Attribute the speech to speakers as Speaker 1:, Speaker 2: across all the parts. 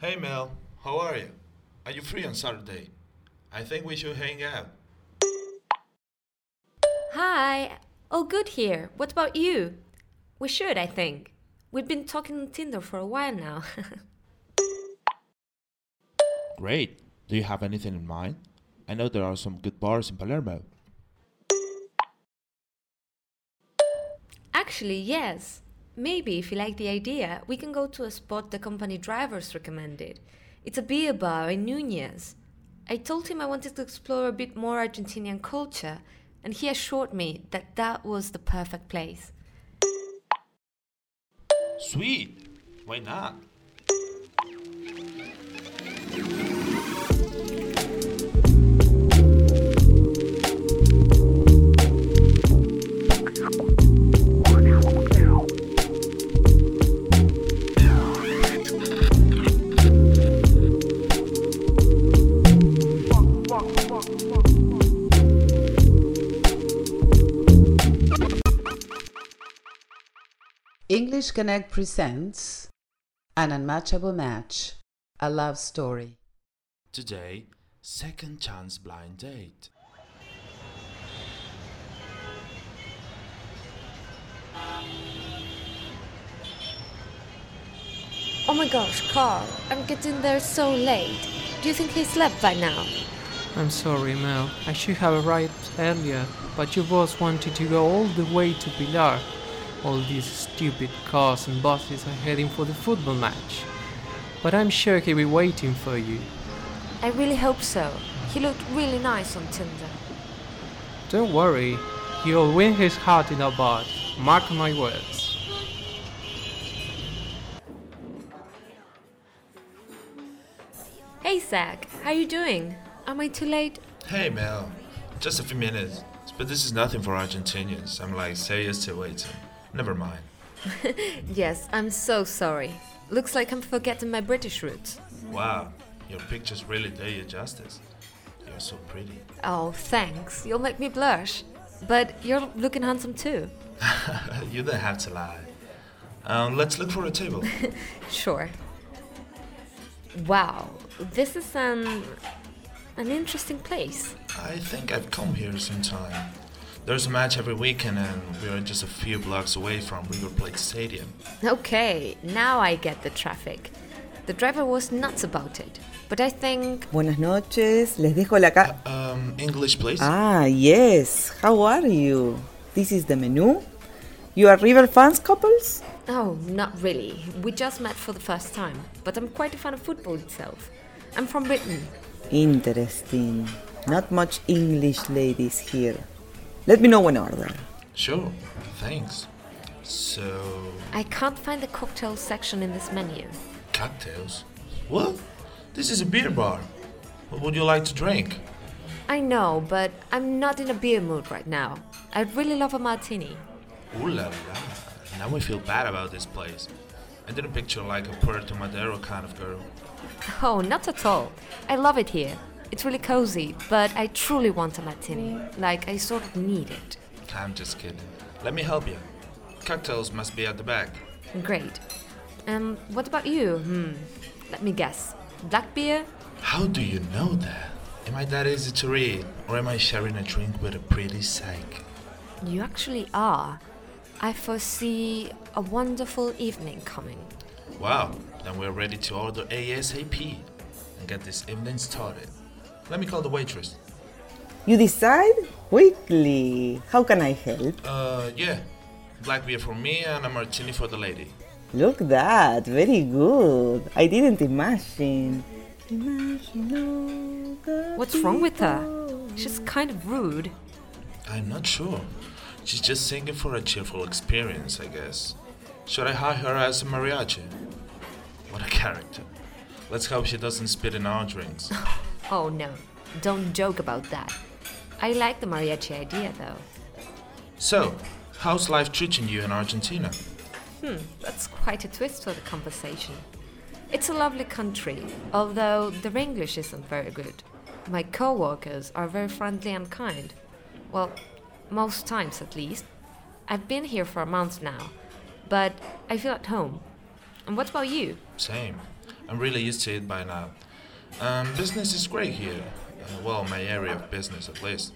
Speaker 1: Hey Mel, how are you? Are you free on Saturday? I think we should hang out.
Speaker 2: Hi. All good here. What about you? We should, I think. We've been talking on Tinder for a while now.
Speaker 1: Great. Do you have anything in mind? I know there are some good bars in Palermo.
Speaker 2: Actually, yes. Maybe if you like the idea, we can go to a spot the company drivers recommended. It's a beer bar in Nunez. I told him I wanted to explore a bit more Argentinian culture, and he assured me that that was the perfect place.
Speaker 1: Sweet! Why not?
Speaker 3: English Connect presents An Unmatchable Match, a love story.
Speaker 1: Today, second chance blind date.
Speaker 2: Oh my gosh, Carl, I'm getting there so late. Do you think he slept by now?
Speaker 4: I'm sorry, Mel. I should have arrived earlier, but your boss wanted to go all the way to Pilar. All these stupid cars and buses are heading for the football match. But I'm sure he'll be waiting for you.
Speaker 2: I really hope so. He looked really nice on Tinder.
Speaker 4: Don't worry, he'll win his heart in a bud. Mark my words.
Speaker 2: Hey Zach, how you doing? Am I too late?
Speaker 1: Hey Mel, just a few minutes. But this is nothing for Argentinians. I'm like seriously waiting. Never mind.
Speaker 2: Yes, I'm so sorry. Looks like I'm forgetting my British roots.
Speaker 1: Wow, your pictures really do you justice. You're so pretty.
Speaker 2: Oh, thanks. You'll make me blush. But you're looking handsome too.
Speaker 1: you don't have to lie. Um, let's look for a table.
Speaker 2: Sure. Wow, this is an an interesting place.
Speaker 1: I think I've come here sometime. There's a match every weekend, and we are just a few blocks away from River Plate Stadium.
Speaker 2: Okay, now I get the traffic. The driver was nuts about it, but I think
Speaker 5: Buenas noches, les dejo la ca...
Speaker 1: Um, English, please.
Speaker 5: Ah, yes, how are you? This is the menu. You are River fans couples?
Speaker 2: oh, not really. We just met for the first time, but I'm quite a fan of football itself. I'm from Britain.
Speaker 5: Interesting. Not much English ladies here. Let me know when order.
Speaker 1: Sure, thanks. So,
Speaker 2: I can't find the cocktail section in this menu.
Speaker 1: cocktails? What? This is a beer bar. What would you like to drink?
Speaker 2: I know, but I'm not in a beer mood right now. I'd really love a martini.
Speaker 1: Ooh la la. Now I feel bad about this place. I didn't picture like a Puerto Madero kind of girl.
Speaker 2: Oh, not at all. I love it here. It's really cozy, but I truly want a martini. Like, I sort of need it.
Speaker 1: I'm just kidding. Let me help you. Cocktails must be at the back.
Speaker 2: Great. Um, what about you? Hmm. Let me guess. Black beer?
Speaker 1: How do you know that? Am I that easy to read? Or am I sharing a drink with a pretty psych?
Speaker 2: You actually are. I foresee a wonderful evening coming.
Speaker 1: Wow, then we're ready to order ASAP and get this evening started. Let me call the waitress.
Speaker 5: You decide quickly. How can I help?
Speaker 1: Uh, yeah. Black beer for me and a martini for the lady.
Speaker 5: Look that, very good. I didn't imagine. Imagine all the
Speaker 2: What's wrong with her?
Speaker 5: people.
Speaker 2: She's kind of rude.
Speaker 1: I'm not sure. She's just singing for a cheerful experience, I guess. Should I hire her as a mariachi? What a character. Let's hope she doesn't spit in our drinks.
Speaker 2: Oh no, don't joke about that. I like the mariachi idea though.
Speaker 1: So, how's life treating you in Argentina?
Speaker 2: Hmm, that's quite a twist for the conversation. It's a lovely country, although their English isn't very good. My co workers are very friendly and kind. Well, most times at least. I've been here for a month now, but I feel at home. And what about you?
Speaker 1: Same. I'm really used to it by now. Um, business is great here. Uh, well, my area of business, at least.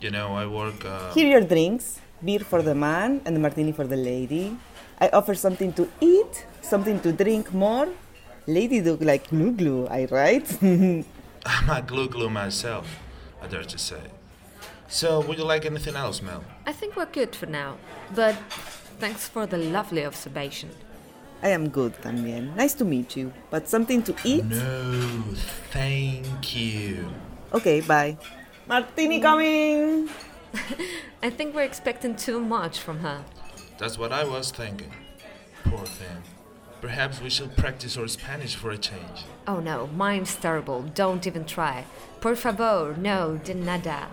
Speaker 1: You know, I work. Uh,
Speaker 5: Here are your drinks beer for the man and martini for the lady. I offer something to eat, something to drink more. Lady look like glue glue, I right?
Speaker 1: I'm a glue glue myself, I dare to say. So, would you like anything else, Mel?
Speaker 2: I think we're good for now, but thanks for the lovely observation.
Speaker 5: I am good, también. Nice to meet you. But something to eat?
Speaker 1: No, thank you.
Speaker 5: Okay, bye. Martini coming!
Speaker 2: I think we're expecting too much from her.
Speaker 1: That's what I was thinking. Poor thing. Perhaps we should practice our Spanish for a change.
Speaker 2: Oh no, mine's terrible. Don't even try. Por favor, no, de nada.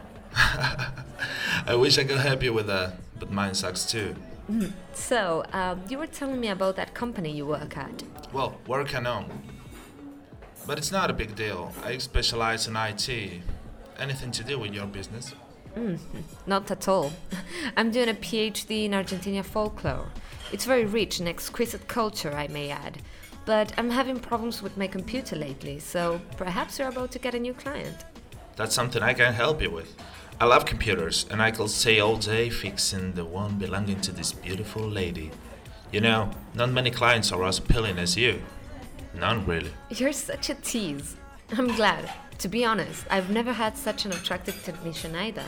Speaker 1: I wish I could help you with that, but mine sucks too.
Speaker 2: So, um, you were telling me about that company you work at.
Speaker 1: Well, work I know. But it's not a big deal. I specialize in IT. Anything to do with your business?
Speaker 2: Not at all. I'm doing a PhD in Argentina folklore. It's very rich in exquisite culture, I may add. But I'm having problems with my computer lately, so perhaps you're about to get a new client.
Speaker 1: That's something I can help you with. I love computers, and I could stay all day fixing the one belonging to this beautiful lady. You know, not many clients are as appealing as you. None, really.
Speaker 2: You're such a tease. I'm glad. To be honest, I've never had such an attractive technician either.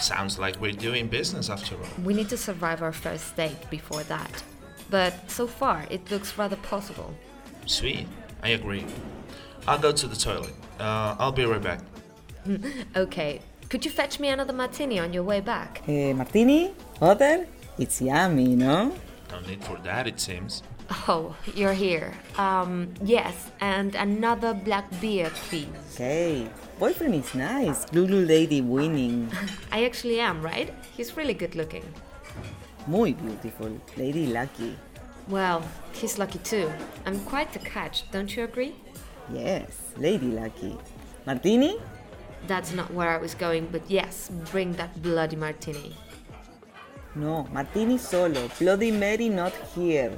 Speaker 1: Sounds like we're doing business after all.
Speaker 2: We need to survive our first date before that. But so far, it looks rather possible.
Speaker 1: Sweet, I agree. I'll go to the toilet. Uh, I'll be right back.
Speaker 2: Okay, could you fetch me another martini on your way back?
Speaker 5: Eh, martini? Other? It's yummy, no?
Speaker 1: No need for that, it seems.
Speaker 2: Oh, you're here. Um, yes, and another black beer, please.
Speaker 5: Okay. Boyfriend is nice. Glue glue lady winning.
Speaker 2: I actually am, right? He's really good looking.
Speaker 5: Muy beautiful. Lady lucky.
Speaker 2: Well, he's lucky too. I'm quite the catch, don't you agree?
Speaker 5: Yes, lady lucky. Martini?
Speaker 2: That's not where I was going, but yes, bring that bloody martini.
Speaker 5: No, Martini solo. Bloody Mary not here.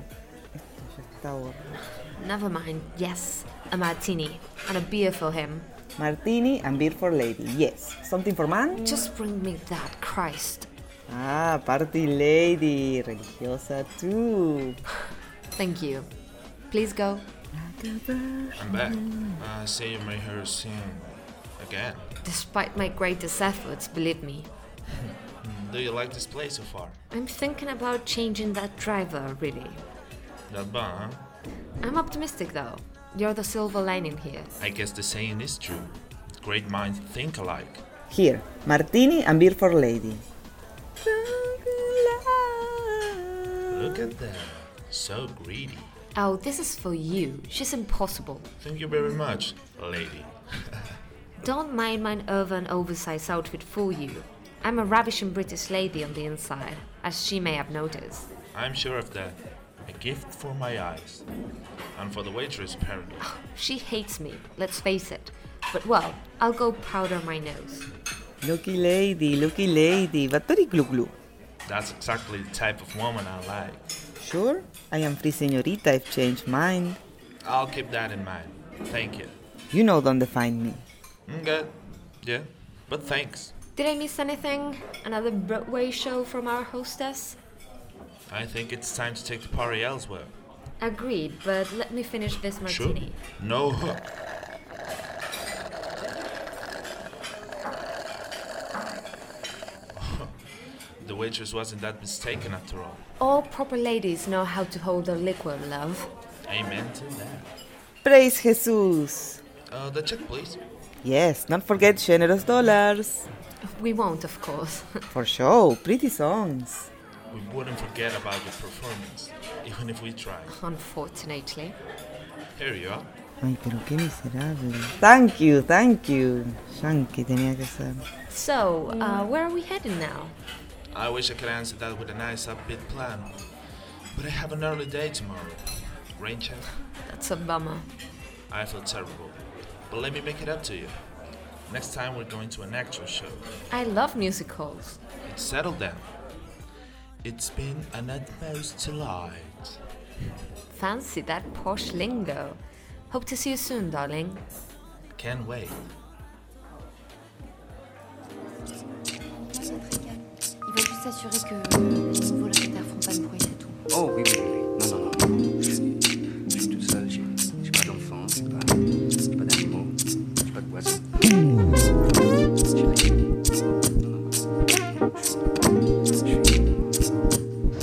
Speaker 5: Esto ya está borrado.
Speaker 2: Never mind, yes, a martini and a beer for him.
Speaker 5: Martini and beer for lady. Yes. Something for man?
Speaker 2: Just bring me that, Christ.
Speaker 5: Ah, party lady. Religiosa too.
Speaker 2: Thank you. Please go.
Speaker 1: I'm back. I see you may hear soon. Again.
Speaker 2: Despite my greatest efforts, believe me,
Speaker 1: Do you like this place so far?
Speaker 2: I'm thinking about changing that driver, really.
Speaker 1: That bar, huh?
Speaker 2: I'm optimistic though. You're the silver lining here.
Speaker 1: I guess the saying is true. Great minds think alike.
Speaker 5: Here. Martini and beer for lady.
Speaker 1: Look at that. So greedy.
Speaker 2: Oh, this is for you. She's impossible.
Speaker 1: Thank you very much, lady.
Speaker 2: Don't mind my over and oversized outfit fool you. I'm a ravishing British lady on the inside, as she may have noticed.
Speaker 1: I'm sure of that. A gift for my eyes. And for the waitress, apparently.
Speaker 2: She hates me, let's face it. But well, I'll go powder my nose.
Speaker 5: Lucky lady, lucky lady. But very glue glue.
Speaker 1: That's exactly the type of woman I like.
Speaker 5: Sure? I am free señorita. I've changed mind.
Speaker 1: I'll keep that in mind. Thank you.
Speaker 5: You know don't define me.
Speaker 1: Okay. Yeah. But thanks.
Speaker 2: Did I miss anything? Another Broadway show from our hostess?
Speaker 1: I think it's time to take the party elsewhere.
Speaker 2: Agreed, but let me finish this martini.
Speaker 1: No hook. the waitress wasn't that mistaken after all.
Speaker 2: All proper ladies know how to hold their liquor, love.
Speaker 1: Amen to that.
Speaker 5: Praise Jesus.
Speaker 1: Uh, the check, please.
Speaker 5: Yes, not forget generous dollars.
Speaker 2: We won't, of course.
Speaker 5: For sure, pretty songs.
Speaker 1: We wouldn't forget about your performance, even if we tried.
Speaker 2: Unfortunately.
Speaker 1: Here you are.
Speaker 5: Ay, pero qué miserable. Thank you, thank you. Yankee tenía que ser.
Speaker 2: So, uh, where are we heading now?
Speaker 1: I wish I could answer that with a nice upbeat plan, but I have an early day tomorrow. Rain check?
Speaker 2: That's a bummer.
Speaker 1: I feel terrible, but let me make it up to you. Next time we're going to an actual show.
Speaker 2: I love musicals.
Speaker 1: Settle down. It's been an utmost delight.
Speaker 2: Fancy that posh lingo. Hope to see you soon, darling.
Speaker 1: Can't wait.
Speaker 6: Il va juste s'assurer que les nouveaux locataires font pas de bruit, c'est tout.
Speaker 7: Oh oui, oui, oui. Non, non, non. Je suis je suis tout seul, j'ai j'ai pas d'enfant, j'ai pas, j'ai pas d'animaux, j'ai pas de boisson. J'ai pas d'idée. Non, non, non. Je suis- je suis-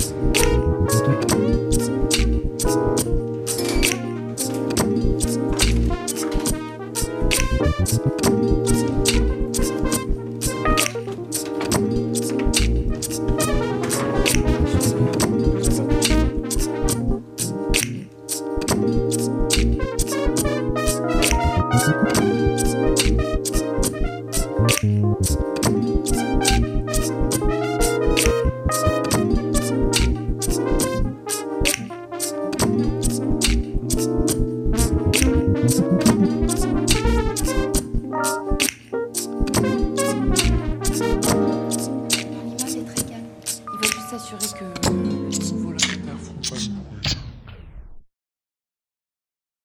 Speaker 6: L'immeuble est très calme. Il va juste s'assurer que